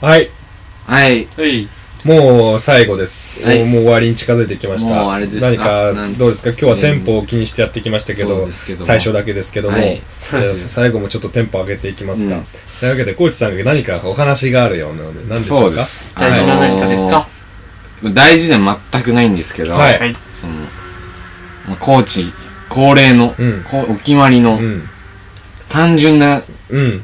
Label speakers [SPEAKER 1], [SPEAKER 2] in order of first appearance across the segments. [SPEAKER 1] はい。
[SPEAKER 2] はい。
[SPEAKER 3] はい。
[SPEAKER 1] もう最後です、
[SPEAKER 2] は
[SPEAKER 1] も
[SPEAKER 2] い
[SPEAKER 1] うもう終わりに近づいてきました。
[SPEAKER 2] もうあれですか
[SPEAKER 1] 何か
[SPEAKER 2] なん、
[SPEAKER 1] どうですか今日はテンポを気にしてやってきましたけ
[SPEAKER 2] そう
[SPEAKER 1] ど
[SPEAKER 2] で、すけども
[SPEAKER 1] 最初だけですけども、
[SPEAKER 2] はい
[SPEAKER 1] じゃあ最後もちょっとテンポ上げていきますか。
[SPEAKER 2] うん
[SPEAKER 1] というわけで、コーチさんが何かお話があるようなので、何でしょ
[SPEAKER 2] そう
[SPEAKER 1] う
[SPEAKER 2] で
[SPEAKER 1] か
[SPEAKER 2] す。
[SPEAKER 3] 大事な何かですか
[SPEAKER 2] あのー大事では全くないんですけど、
[SPEAKER 1] はい
[SPEAKER 3] はい。
[SPEAKER 2] その、まあ高知恒例の、
[SPEAKER 1] うん
[SPEAKER 2] こうお決まりの、
[SPEAKER 1] うん。
[SPEAKER 2] 単純な、
[SPEAKER 1] うん。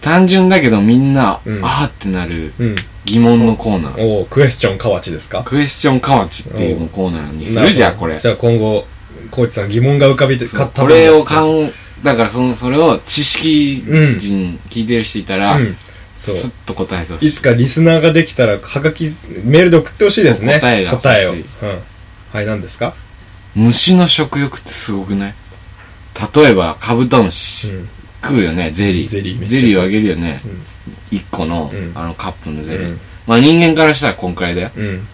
[SPEAKER 2] 単純だけどみんな、
[SPEAKER 1] うん
[SPEAKER 2] あーってなる
[SPEAKER 1] うん。
[SPEAKER 2] 疑問のコーナー。
[SPEAKER 1] おークエスチョン河内ですか
[SPEAKER 2] クエスチョン河内っていうのコーナーにす
[SPEAKER 1] なるほど
[SPEAKER 2] るじゃあこれ
[SPEAKER 1] じ。ゃあ今後、コーチさん疑問が浮かびて、
[SPEAKER 2] そう
[SPEAKER 1] か
[SPEAKER 2] これを
[SPEAKER 1] 多分
[SPEAKER 2] 考だからその、それを知識人聞いてる人いたら、
[SPEAKER 1] うん。そう。
[SPEAKER 2] スッと答えてほし
[SPEAKER 1] い
[SPEAKER 2] い
[SPEAKER 1] つ。かリスナーができたら、はがき、メールで送ってほしいですね。
[SPEAKER 2] 答えが欲しい
[SPEAKER 1] を。うん。はい、何ですか
[SPEAKER 2] 虫の食欲ってすごくない例えば、カブトムシ、
[SPEAKER 1] うん。
[SPEAKER 2] 食うよね、ゼリー。
[SPEAKER 1] ゼリーめっちゃ食
[SPEAKER 2] ゼ
[SPEAKER 1] う
[SPEAKER 2] リーをあげるよね。一1個の、
[SPEAKER 1] うん
[SPEAKER 2] あのカップのゼリー。
[SPEAKER 1] うん
[SPEAKER 2] まあ人間からしたらこんくらいだよ。
[SPEAKER 1] うん。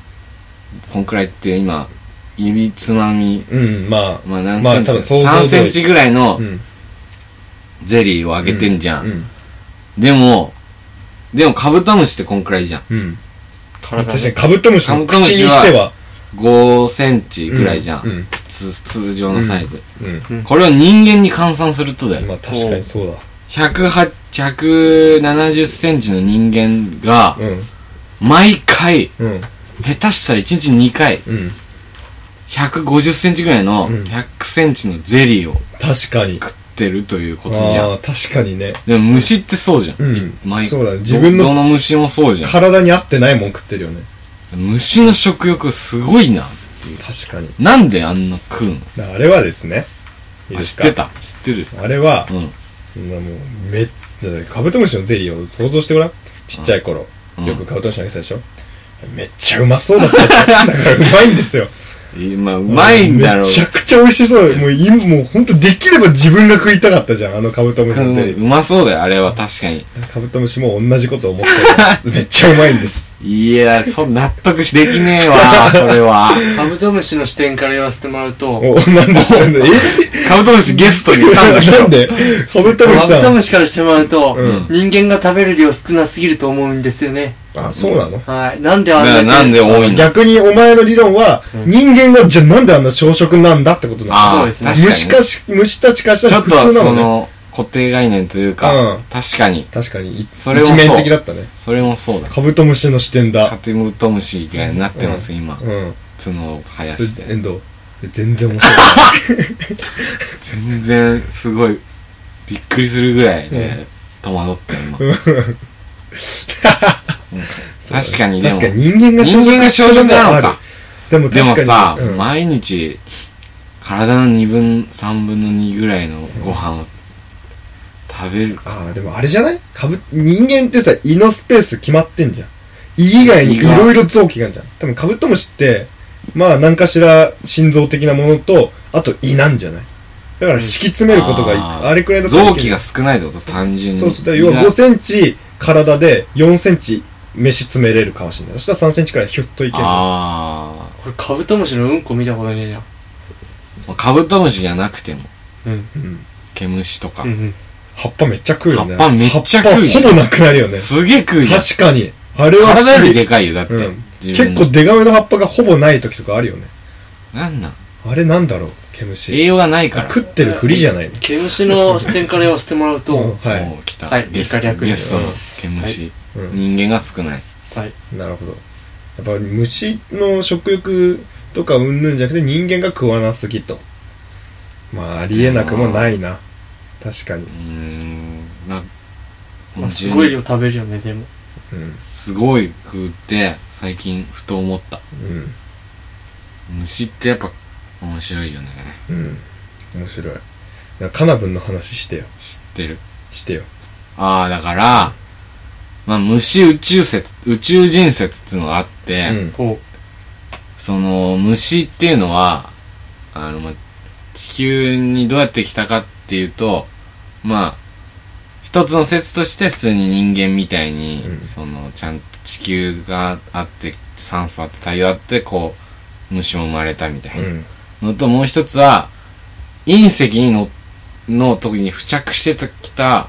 [SPEAKER 2] こんくらいって今、指つまみ、
[SPEAKER 1] うん、ま
[SPEAKER 2] まあ何
[SPEAKER 1] まあ
[SPEAKER 2] センチ、
[SPEAKER 1] 多分想像通り
[SPEAKER 2] ?3 センチぐらい
[SPEAKER 1] あ。
[SPEAKER 2] の
[SPEAKER 1] うん。
[SPEAKER 2] ゼリーをあげてんじゃん。
[SPEAKER 1] うん。
[SPEAKER 2] でも、でもカブトムシってこんくらいじゃん。
[SPEAKER 1] うん。確
[SPEAKER 3] 体
[SPEAKER 1] かに
[SPEAKER 3] ね。
[SPEAKER 1] カブトムシの口にしては、
[SPEAKER 2] 5センチぐらいじゃん。
[SPEAKER 1] うんうん
[SPEAKER 2] 普通、通常のサイズ。
[SPEAKER 1] うん。
[SPEAKER 3] うん
[SPEAKER 2] これを人間に換算するとだよ。
[SPEAKER 1] まあ確かにそうだ。
[SPEAKER 2] 108 170センチの人間が、
[SPEAKER 1] うん。
[SPEAKER 2] 毎回、
[SPEAKER 1] うん。
[SPEAKER 2] 下手したら1日2回、
[SPEAKER 1] うん。
[SPEAKER 2] 150センチぐらいの
[SPEAKER 1] うん
[SPEAKER 2] 100センチのゼリーを
[SPEAKER 1] 確かに。
[SPEAKER 2] 食ってるということじゃん。
[SPEAKER 1] ああ、確かにね。
[SPEAKER 2] でも虫ってそうじゃん。
[SPEAKER 1] うん
[SPEAKER 2] 毎
[SPEAKER 1] そうだね
[SPEAKER 2] ど
[SPEAKER 1] 自分の
[SPEAKER 2] どの虫もそうじゃん。
[SPEAKER 1] 体に合ってないもん食ってるよね。
[SPEAKER 2] 虫の食欲すごいな。
[SPEAKER 1] 確かに。
[SPEAKER 2] なんであんな食うの
[SPEAKER 1] だからあれはですね。いい
[SPEAKER 2] あ
[SPEAKER 1] で
[SPEAKER 2] 知
[SPEAKER 1] すか
[SPEAKER 2] ってた知ってる。
[SPEAKER 1] あれは、
[SPEAKER 2] うん。
[SPEAKER 1] もうめっカブトムシのゼリーを想像してごらんちっちゃい頃、
[SPEAKER 2] うん
[SPEAKER 1] よくカブトムシあげてたでしょめっちゃうまそうだったでしょ だからうまいんですよ
[SPEAKER 2] えまあ、うまいんだろう
[SPEAKER 1] めちゃくちゃ美味しそうもう今もう本当できれば自分が食いたかったじゃんあのカブトムシのゼリ
[SPEAKER 2] う
[SPEAKER 1] ー
[SPEAKER 2] まそうだよ、あれは確かに。
[SPEAKER 1] カブトムシも同じこと思ってる めっちゃうまいんです
[SPEAKER 2] いや、そ、納得しできねえ わ、それは。
[SPEAKER 3] カブトムシの視点から言わせてもらうと、
[SPEAKER 1] おなんでなんでえ
[SPEAKER 2] カブトムシゲストにいたんだけ
[SPEAKER 1] な
[SPEAKER 2] ど
[SPEAKER 1] ん。 でカブトムシ
[SPEAKER 3] カブ
[SPEAKER 1] さ
[SPEAKER 3] ト
[SPEAKER 1] ん
[SPEAKER 3] ムシからしてもらうと、
[SPEAKER 1] うん
[SPEAKER 3] 人間が食べる量少なすぎると思うんですよね。
[SPEAKER 1] あそうなの
[SPEAKER 3] はい。なんであん
[SPEAKER 2] な
[SPEAKER 3] な
[SPEAKER 2] なんで多いんだ
[SPEAKER 1] 逆にお前の理論は、人間がじゃあなんであんな小食なんだってことなの
[SPEAKER 2] あ
[SPEAKER 3] そう
[SPEAKER 2] あ、
[SPEAKER 3] です
[SPEAKER 2] 確
[SPEAKER 1] 虫か
[SPEAKER 2] かに。
[SPEAKER 3] ね
[SPEAKER 1] し、虫たちからした
[SPEAKER 2] ちょ
[SPEAKER 1] ら
[SPEAKER 2] っ
[SPEAKER 1] 普
[SPEAKER 2] と
[SPEAKER 1] 通な
[SPEAKER 2] そ
[SPEAKER 1] のね。
[SPEAKER 2] の固定概念というか、
[SPEAKER 1] うん
[SPEAKER 2] 確かに、
[SPEAKER 1] 確かに、い
[SPEAKER 2] それも
[SPEAKER 1] 一面
[SPEAKER 2] そう
[SPEAKER 1] 的だったね。
[SPEAKER 2] それもそうだ。
[SPEAKER 1] カブトムシの視点
[SPEAKER 2] カ
[SPEAKER 1] だ。
[SPEAKER 2] テムトムシがなってます、今。
[SPEAKER 1] うん。
[SPEAKER 2] 角を生や
[SPEAKER 1] そ
[SPEAKER 2] し
[SPEAKER 1] れ、
[SPEAKER 2] て。
[SPEAKER 1] 遠藤。全然面白い。
[SPEAKER 2] 全然、すごい、びっくりするぐらいね、戸惑ったよ、今。うん確かに、でも
[SPEAKER 1] 確、かに人間が
[SPEAKER 2] 人間が小食なのか。。
[SPEAKER 1] でも
[SPEAKER 2] でも
[SPEAKER 1] 確
[SPEAKER 2] さ
[SPEAKER 1] かに。う、ん
[SPEAKER 2] 毎日、体の2分、3分の2ぐらいのご飯を食べる。
[SPEAKER 1] ああ、でもあれじゃないカブ、人間ってさ、胃のスペース決まってんじゃん。胃以外にいろいろ臓器があるじゃん。多分カブトムシって、まあ何かしら心臓的なものと、あと胃なんじゃないだから敷き詰めることがいい、
[SPEAKER 2] あー
[SPEAKER 1] あれくらいだと
[SPEAKER 2] 臓器が少ないってこと単純に。
[SPEAKER 1] そうそう。だから要は5センチ体で4センチ飯詰めれるかもしれない。そしたら3センチからヒュッといける。
[SPEAKER 2] あ
[SPEAKER 3] これカブトムシのうんこ見たことねえな。
[SPEAKER 2] あ。カブトムシじゃなくても、
[SPEAKER 3] うん。
[SPEAKER 1] うん
[SPEAKER 2] 毛虫とか
[SPEAKER 3] うんう。ん。
[SPEAKER 1] 葉っぱめっちゃ食うよね。
[SPEAKER 2] 葉っぱめっちゃ食うよ
[SPEAKER 1] 葉っぱほぼなくなるよね。
[SPEAKER 2] すげえ食うじゃん。
[SPEAKER 1] 確かに。あれは不
[SPEAKER 2] 体よ
[SPEAKER 1] 思
[SPEAKER 2] り
[SPEAKER 1] 議
[SPEAKER 2] でかいよ、だって
[SPEAKER 1] うん。
[SPEAKER 2] 自分
[SPEAKER 1] 結
[SPEAKER 2] の
[SPEAKER 1] 構。でかめの葉っぱがほぼない時とかあるよね。
[SPEAKER 2] なんなん
[SPEAKER 1] あれなんだろう、毛
[SPEAKER 2] 栄
[SPEAKER 1] 虫。
[SPEAKER 2] 養がないから。
[SPEAKER 1] 食ってるふりじゃないの。
[SPEAKER 3] 毛虫の視点から言わせてもらうと、
[SPEAKER 1] うんは
[SPEAKER 2] も
[SPEAKER 1] いう
[SPEAKER 2] 来た。
[SPEAKER 3] はい
[SPEAKER 2] ゲス
[SPEAKER 3] 理科
[SPEAKER 2] ト、
[SPEAKER 3] 略
[SPEAKER 2] ゲ
[SPEAKER 3] です
[SPEAKER 2] ストの毛虫。
[SPEAKER 1] うん
[SPEAKER 2] 人間が少ない。
[SPEAKER 3] はい。
[SPEAKER 1] なるほど。やっぱ虫の食欲とかうんぬんじゃなくて人間が食わなすぎと。まあ、ありえなくもないな。確かに
[SPEAKER 2] う。ーん。な、
[SPEAKER 3] まあ、すごい量食べるよね、でも。
[SPEAKER 1] うん。
[SPEAKER 2] すごい食うって、最近ふと思った。
[SPEAKER 1] うん。
[SPEAKER 2] 虫ってやっぱ面白いよね。
[SPEAKER 1] うん面白いなんかカナブンの話してよ
[SPEAKER 2] 知ってる。
[SPEAKER 1] してよ
[SPEAKER 2] ああ、だから、まあ虫宇宙説、宇宙人説っていうのがあっ
[SPEAKER 1] う
[SPEAKER 2] て、
[SPEAKER 1] ん
[SPEAKER 3] こ
[SPEAKER 2] その虫っていうのは、あの、まあ、地球にどうやって来たかっていうと、まあ、一つの説として普通に人間みたいに、
[SPEAKER 1] うん
[SPEAKER 2] その、ちゃんと地球があって、酸素あって、太陽あって、こう、虫も生まれたみたいな。
[SPEAKER 1] うん
[SPEAKER 2] のともう一つは隕石にのの時に付着してきた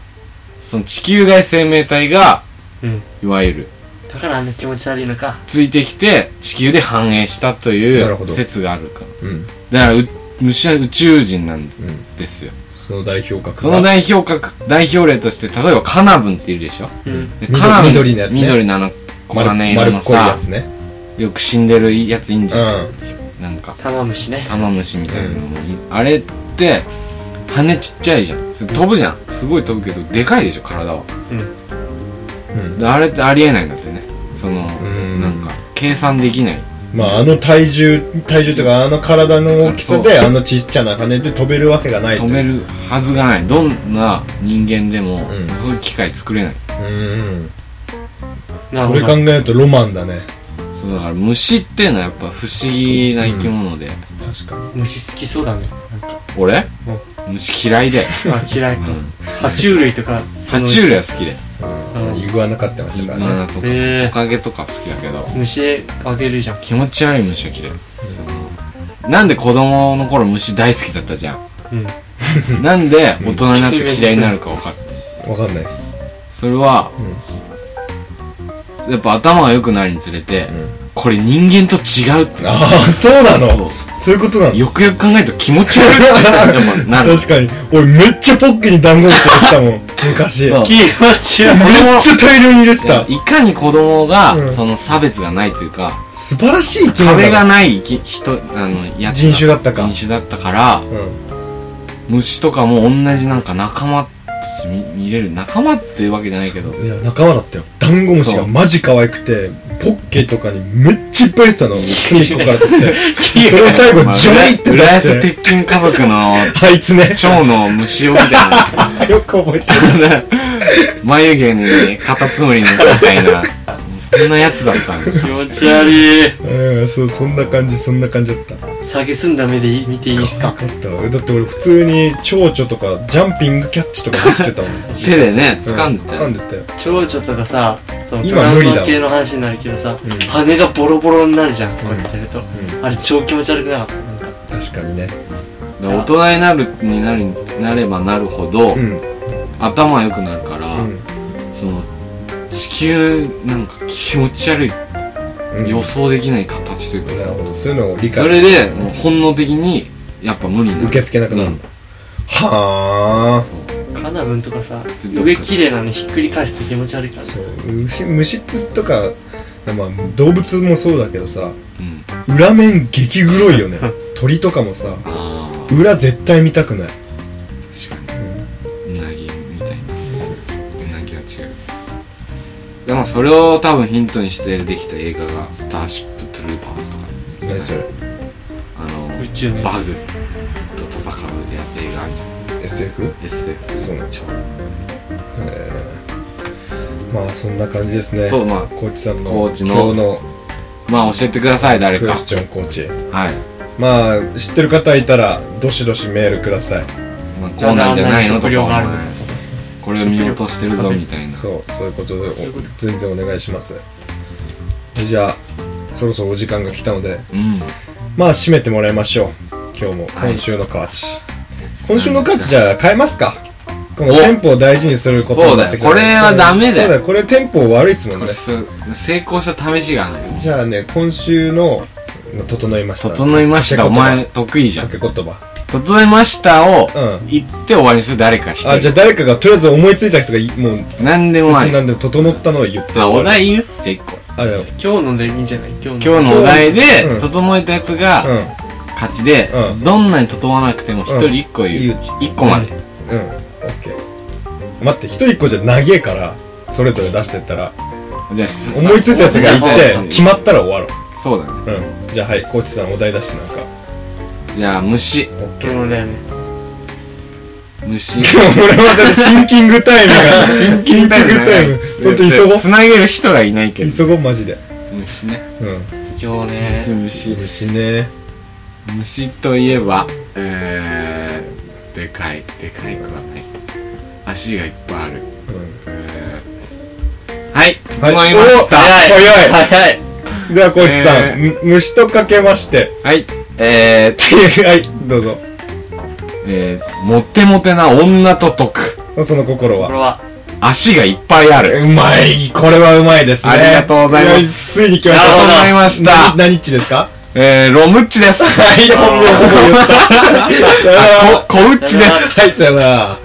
[SPEAKER 2] その地球外生命体が
[SPEAKER 3] うん。
[SPEAKER 2] いわゆる。
[SPEAKER 3] だからあんな気持ち悪いのか。
[SPEAKER 2] ついてきて、地球で繁栄したとい
[SPEAKER 1] なるほ
[SPEAKER 2] う
[SPEAKER 1] ど
[SPEAKER 2] 説があるから。
[SPEAKER 1] うん。
[SPEAKER 2] だからう、虫は宇宙人なん
[SPEAKER 1] うん。
[SPEAKER 2] ですよ。
[SPEAKER 1] その代表格が
[SPEAKER 2] その代表格、代表例として、例えばカナブンっているでしょ
[SPEAKER 3] うん。
[SPEAKER 2] で
[SPEAKER 1] 緑
[SPEAKER 2] カナブン
[SPEAKER 1] 緑のやつね
[SPEAKER 2] 緑なの、黄金
[SPEAKER 1] 丸丸
[SPEAKER 2] 色の
[SPEAKER 1] っこいや
[SPEAKER 2] さ、
[SPEAKER 1] つね。
[SPEAKER 2] よく死んでるやついいんじ
[SPEAKER 1] う
[SPEAKER 2] ゃん。
[SPEAKER 1] ん。
[SPEAKER 2] なんか、
[SPEAKER 3] 玉虫ね。
[SPEAKER 2] 玉虫みたいなのもいい、あれって、羽ちっちゃいじゃん。それ飛ぶじゃん。すごい飛ぶけど、でかいでしょ、体は。
[SPEAKER 1] うん。
[SPEAKER 2] であれってありえないんだってね。その、
[SPEAKER 1] うん
[SPEAKER 2] なんか、計算できない。
[SPEAKER 1] まあ、あの体重、体重というか、あの体の大きさで、あのちっちゃな羽で飛べるわけがないと。
[SPEAKER 2] 止めるはずがない。どんな人間でも、
[SPEAKER 1] うん
[SPEAKER 2] そういう機械作れない。
[SPEAKER 1] うん。
[SPEAKER 3] なる
[SPEAKER 1] そ
[SPEAKER 3] ほ
[SPEAKER 1] れ考
[SPEAKER 3] ど。
[SPEAKER 1] えるとロマンだね。
[SPEAKER 2] そうだから虫っていうのはやっぱ不思議な生き物で、
[SPEAKER 1] 確か
[SPEAKER 3] 虫好きそうだね。な んか。
[SPEAKER 2] 俺、虫嫌いで、
[SPEAKER 3] あ、嫌いか
[SPEAKER 2] う。ん、
[SPEAKER 3] 爬虫類とか。
[SPEAKER 2] 爬虫類は好きで
[SPEAKER 3] うん
[SPEAKER 1] に。イグアナ飼ってまし
[SPEAKER 2] イグ
[SPEAKER 1] た
[SPEAKER 2] ア
[SPEAKER 1] からね。
[SPEAKER 2] ナとか、
[SPEAKER 3] へー
[SPEAKER 2] トカゲとか好きだけど
[SPEAKER 3] 虫あげるじゃん。
[SPEAKER 2] 気持ち悪い虫は嫌い、そのなんで子供の頃虫大好きだったじゃん
[SPEAKER 3] うん。
[SPEAKER 2] なんで大人になって嫌いになるか分かる
[SPEAKER 1] わかんないです。
[SPEAKER 2] それは、やっぱ頭が良くなるにつれて、
[SPEAKER 1] ん
[SPEAKER 2] これ人間と違うってなる
[SPEAKER 1] ああ、そうなのそ
[SPEAKER 2] そ
[SPEAKER 1] ういうことなの
[SPEAKER 2] よくよく考えると気持ち悪いって やっぱなる
[SPEAKER 1] 確かに。俺めっちゃポッケにダンゴムシ入れてたも ん。昔。
[SPEAKER 2] う
[SPEAKER 1] め
[SPEAKER 2] ん
[SPEAKER 1] っ
[SPEAKER 3] 気持ち悪い。
[SPEAKER 1] ちゃ大量に入れて
[SPEAKER 2] いや
[SPEAKER 1] た。
[SPEAKER 2] いかに子供が、
[SPEAKER 1] うん
[SPEAKER 2] その差別がないというか
[SPEAKER 1] 素晴らしい生き物だ
[SPEAKER 2] 壁がない生き人あのやつ
[SPEAKER 1] 人種だったか
[SPEAKER 2] 人種だったから
[SPEAKER 1] うん。
[SPEAKER 2] 虫とかも同じなんか仲間として見見れる仲間っていうわけじゃないけど
[SPEAKER 1] いや、仲間だったよ。ダンゴムシがマジ可愛くて、ポッケとかにめっちゃいっぱい入れて たの。隅っこから取って。それを最後、
[SPEAKER 2] まあ
[SPEAKER 1] ジョイって出
[SPEAKER 2] 浦安
[SPEAKER 1] して。
[SPEAKER 2] 鉄筋家族の
[SPEAKER 1] あいつね。
[SPEAKER 2] 蝶の虫をみたいな
[SPEAKER 1] よく覚えてる。
[SPEAKER 2] 眉毛にカタツムリのみたいなそんなやつだったんです
[SPEAKER 3] 気持ち悪い。
[SPEAKER 1] うん、そう、そんな感じ、そんな感じだった。
[SPEAKER 3] 下げすんだ目でい見ていいっすか
[SPEAKER 1] だったわだって俺普通に蝶々とかジャンピングキャッチとかできてたもん
[SPEAKER 2] 手でね掴んで
[SPEAKER 1] う
[SPEAKER 2] た、
[SPEAKER 1] 掴んでたよ
[SPEAKER 3] 蝶々とかさ、そのプ
[SPEAKER 1] 今
[SPEAKER 3] ラ
[SPEAKER 1] 無
[SPEAKER 3] ン
[SPEAKER 1] 理だ
[SPEAKER 3] マ
[SPEAKER 1] わ
[SPEAKER 3] 系の話になるけどさ、
[SPEAKER 1] うん
[SPEAKER 3] 羽がボロボロになるじゃん、こうやってやると。
[SPEAKER 1] う
[SPEAKER 3] あれ超気持ち悪くなかったなんか。
[SPEAKER 1] 確かにね
[SPEAKER 2] だから大人になるになるなればなるほど、
[SPEAKER 1] うん
[SPEAKER 2] 頭良くなるから、その地球なんか気持ち悪い、
[SPEAKER 1] うん
[SPEAKER 2] 予想できない形というか
[SPEAKER 1] な
[SPEAKER 2] さ
[SPEAKER 1] るほどそういうのを理
[SPEAKER 2] そ
[SPEAKER 1] 解
[SPEAKER 2] れでもう本能的にやっぱ無理になる
[SPEAKER 1] 受け付けなくなる
[SPEAKER 2] うん
[SPEAKER 1] は
[SPEAKER 3] カナブンとかさ、上綺麗なのにひっくり返すと気持ち悪いか
[SPEAKER 1] あ
[SPEAKER 3] ら。
[SPEAKER 1] そう虫虫ってとかまあ動物もそうだけどさ
[SPEAKER 2] うん
[SPEAKER 1] 裏面激黒いよ ね鳥とかもさ
[SPEAKER 2] ああ
[SPEAKER 1] 裏絶対見たくない
[SPEAKER 2] 確かにうなぎみたいなうなぎは違うでもそれを多分ヒントにしてできた映画が「スターシップ・トゥルーパーズ」とか
[SPEAKER 1] 何それ
[SPEAKER 2] あの
[SPEAKER 3] 宇宙のやつ
[SPEAKER 2] バグと戦うでやった映画あるじゃん
[SPEAKER 1] SF?
[SPEAKER 2] SF
[SPEAKER 1] そうなん
[SPEAKER 2] 超
[SPEAKER 1] まあそんな感じですね
[SPEAKER 2] そうま
[SPEAKER 1] コーチさんの
[SPEAKER 2] コーチの
[SPEAKER 1] 今日の
[SPEAKER 2] あまあ教えてください誰
[SPEAKER 1] クエ
[SPEAKER 2] か
[SPEAKER 1] スチョンコーチ
[SPEAKER 2] はい
[SPEAKER 1] まあ知ってる方いたらどしどしメールください
[SPEAKER 2] まあ、こうなんじゃないのと
[SPEAKER 3] 食
[SPEAKER 2] か
[SPEAKER 3] 料
[SPEAKER 2] お
[SPEAKER 3] があ
[SPEAKER 2] 前
[SPEAKER 3] るの
[SPEAKER 2] これを見落としてるぞみたいな
[SPEAKER 1] そうそういうことでお
[SPEAKER 3] そういうこと
[SPEAKER 1] 全然お願いしますじゃあそろそろお時間が来たので
[SPEAKER 2] うん
[SPEAKER 1] まあ締めてもらいましょう今日も
[SPEAKER 2] はい
[SPEAKER 1] 今週のカーチ、今週のカーチじゃあ変えますかこの
[SPEAKER 2] お
[SPEAKER 1] テンポを大事にすることになってくる
[SPEAKER 2] そうだよこれはダメだよ
[SPEAKER 1] そうだこれテンポ悪いっすもん
[SPEAKER 2] こ
[SPEAKER 1] ね
[SPEAKER 2] れす成功した試しがない
[SPEAKER 1] じゃあね今週の「整いました」
[SPEAKER 2] 整いましたお前
[SPEAKER 1] か
[SPEAKER 2] 得意じゃん
[SPEAKER 1] け言葉
[SPEAKER 2] 整いましたを
[SPEAKER 1] うん
[SPEAKER 2] 言って終わりにする誰か
[SPEAKER 1] あ
[SPEAKER 2] 一
[SPEAKER 1] じゃあ
[SPEAKER 2] 人
[SPEAKER 1] 誰かがとりあえず思いついた人がいもう
[SPEAKER 2] 何でも
[SPEAKER 1] 別
[SPEAKER 2] あ
[SPEAKER 1] に
[SPEAKER 2] り
[SPEAKER 1] 何でも整ったのを言って
[SPEAKER 2] あお題言うじゃあ一個
[SPEAKER 1] あでも
[SPEAKER 3] 今日のでいいんじゃない今日の。
[SPEAKER 2] 今日のお題
[SPEAKER 1] う
[SPEAKER 2] で
[SPEAKER 1] ん
[SPEAKER 2] 整えたやつが
[SPEAKER 1] う
[SPEAKER 2] 勝ちで
[SPEAKER 1] うん
[SPEAKER 2] どんなに整わなくても一人一個言
[SPEAKER 1] う
[SPEAKER 2] うん一個まで
[SPEAKER 1] んうんオッケー待って一人一個じゃ長えからそれぞれ出してったら
[SPEAKER 2] じゃあ
[SPEAKER 1] 思いついたやつがいて決まったら終わろ
[SPEAKER 2] そうだね
[SPEAKER 1] ううんじゃあはいコーチさんお題出してなんか
[SPEAKER 2] じゃあ虫
[SPEAKER 1] オッケ
[SPEAKER 3] 今日
[SPEAKER 1] ー
[SPEAKER 3] のだよね。
[SPEAKER 2] 虫
[SPEAKER 1] 今日俺はだってシンキングタイムが シンキングタイムちょっと急ご
[SPEAKER 2] つなげる人がいないけど
[SPEAKER 1] 急ごマジで
[SPEAKER 2] 虫ね
[SPEAKER 1] うん
[SPEAKER 3] 今日
[SPEAKER 2] 虫
[SPEAKER 3] ね。
[SPEAKER 2] 虫
[SPEAKER 1] 虫ね
[SPEAKER 2] 虫といえばえー、でかいでかいくはない足がいっぱいある
[SPEAKER 1] うん
[SPEAKER 2] はい整いま
[SPEAKER 1] お
[SPEAKER 2] した
[SPEAKER 1] 早い早
[SPEAKER 3] 早い。
[SPEAKER 1] いではコーチさ
[SPEAKER 2] え
[SPEAKER 1] んむ虫とかけまして
[SPEAKER 2] はいえー、
[SPEAKER 1] はいどうぞ
[SPEAKER 2] えー、モテモテな女と解く
[SPEAKER 1] その心
[SPEAKER 3] これ
[SPEAKER 1] は
[SPEAKER 3] は、
[SPEAKER 2] 足がいっぱいある。
[SPEAKER 1] うまい、これはうまいですね。
[SPEAKER 2] ありがとうございます
[SPEAKER 1] やついに来ました。
[SPEAKER 2] ありがとうございました
[SPEAKER 1] な何っちです か
[SPEAKER 2] えー、ロム ッチです。
[SPEAKER 1] はい、本名ほど言った。
[SPEAKER 2] あこ、コウッチです。
[SPEAKER 1] はい、さよなら。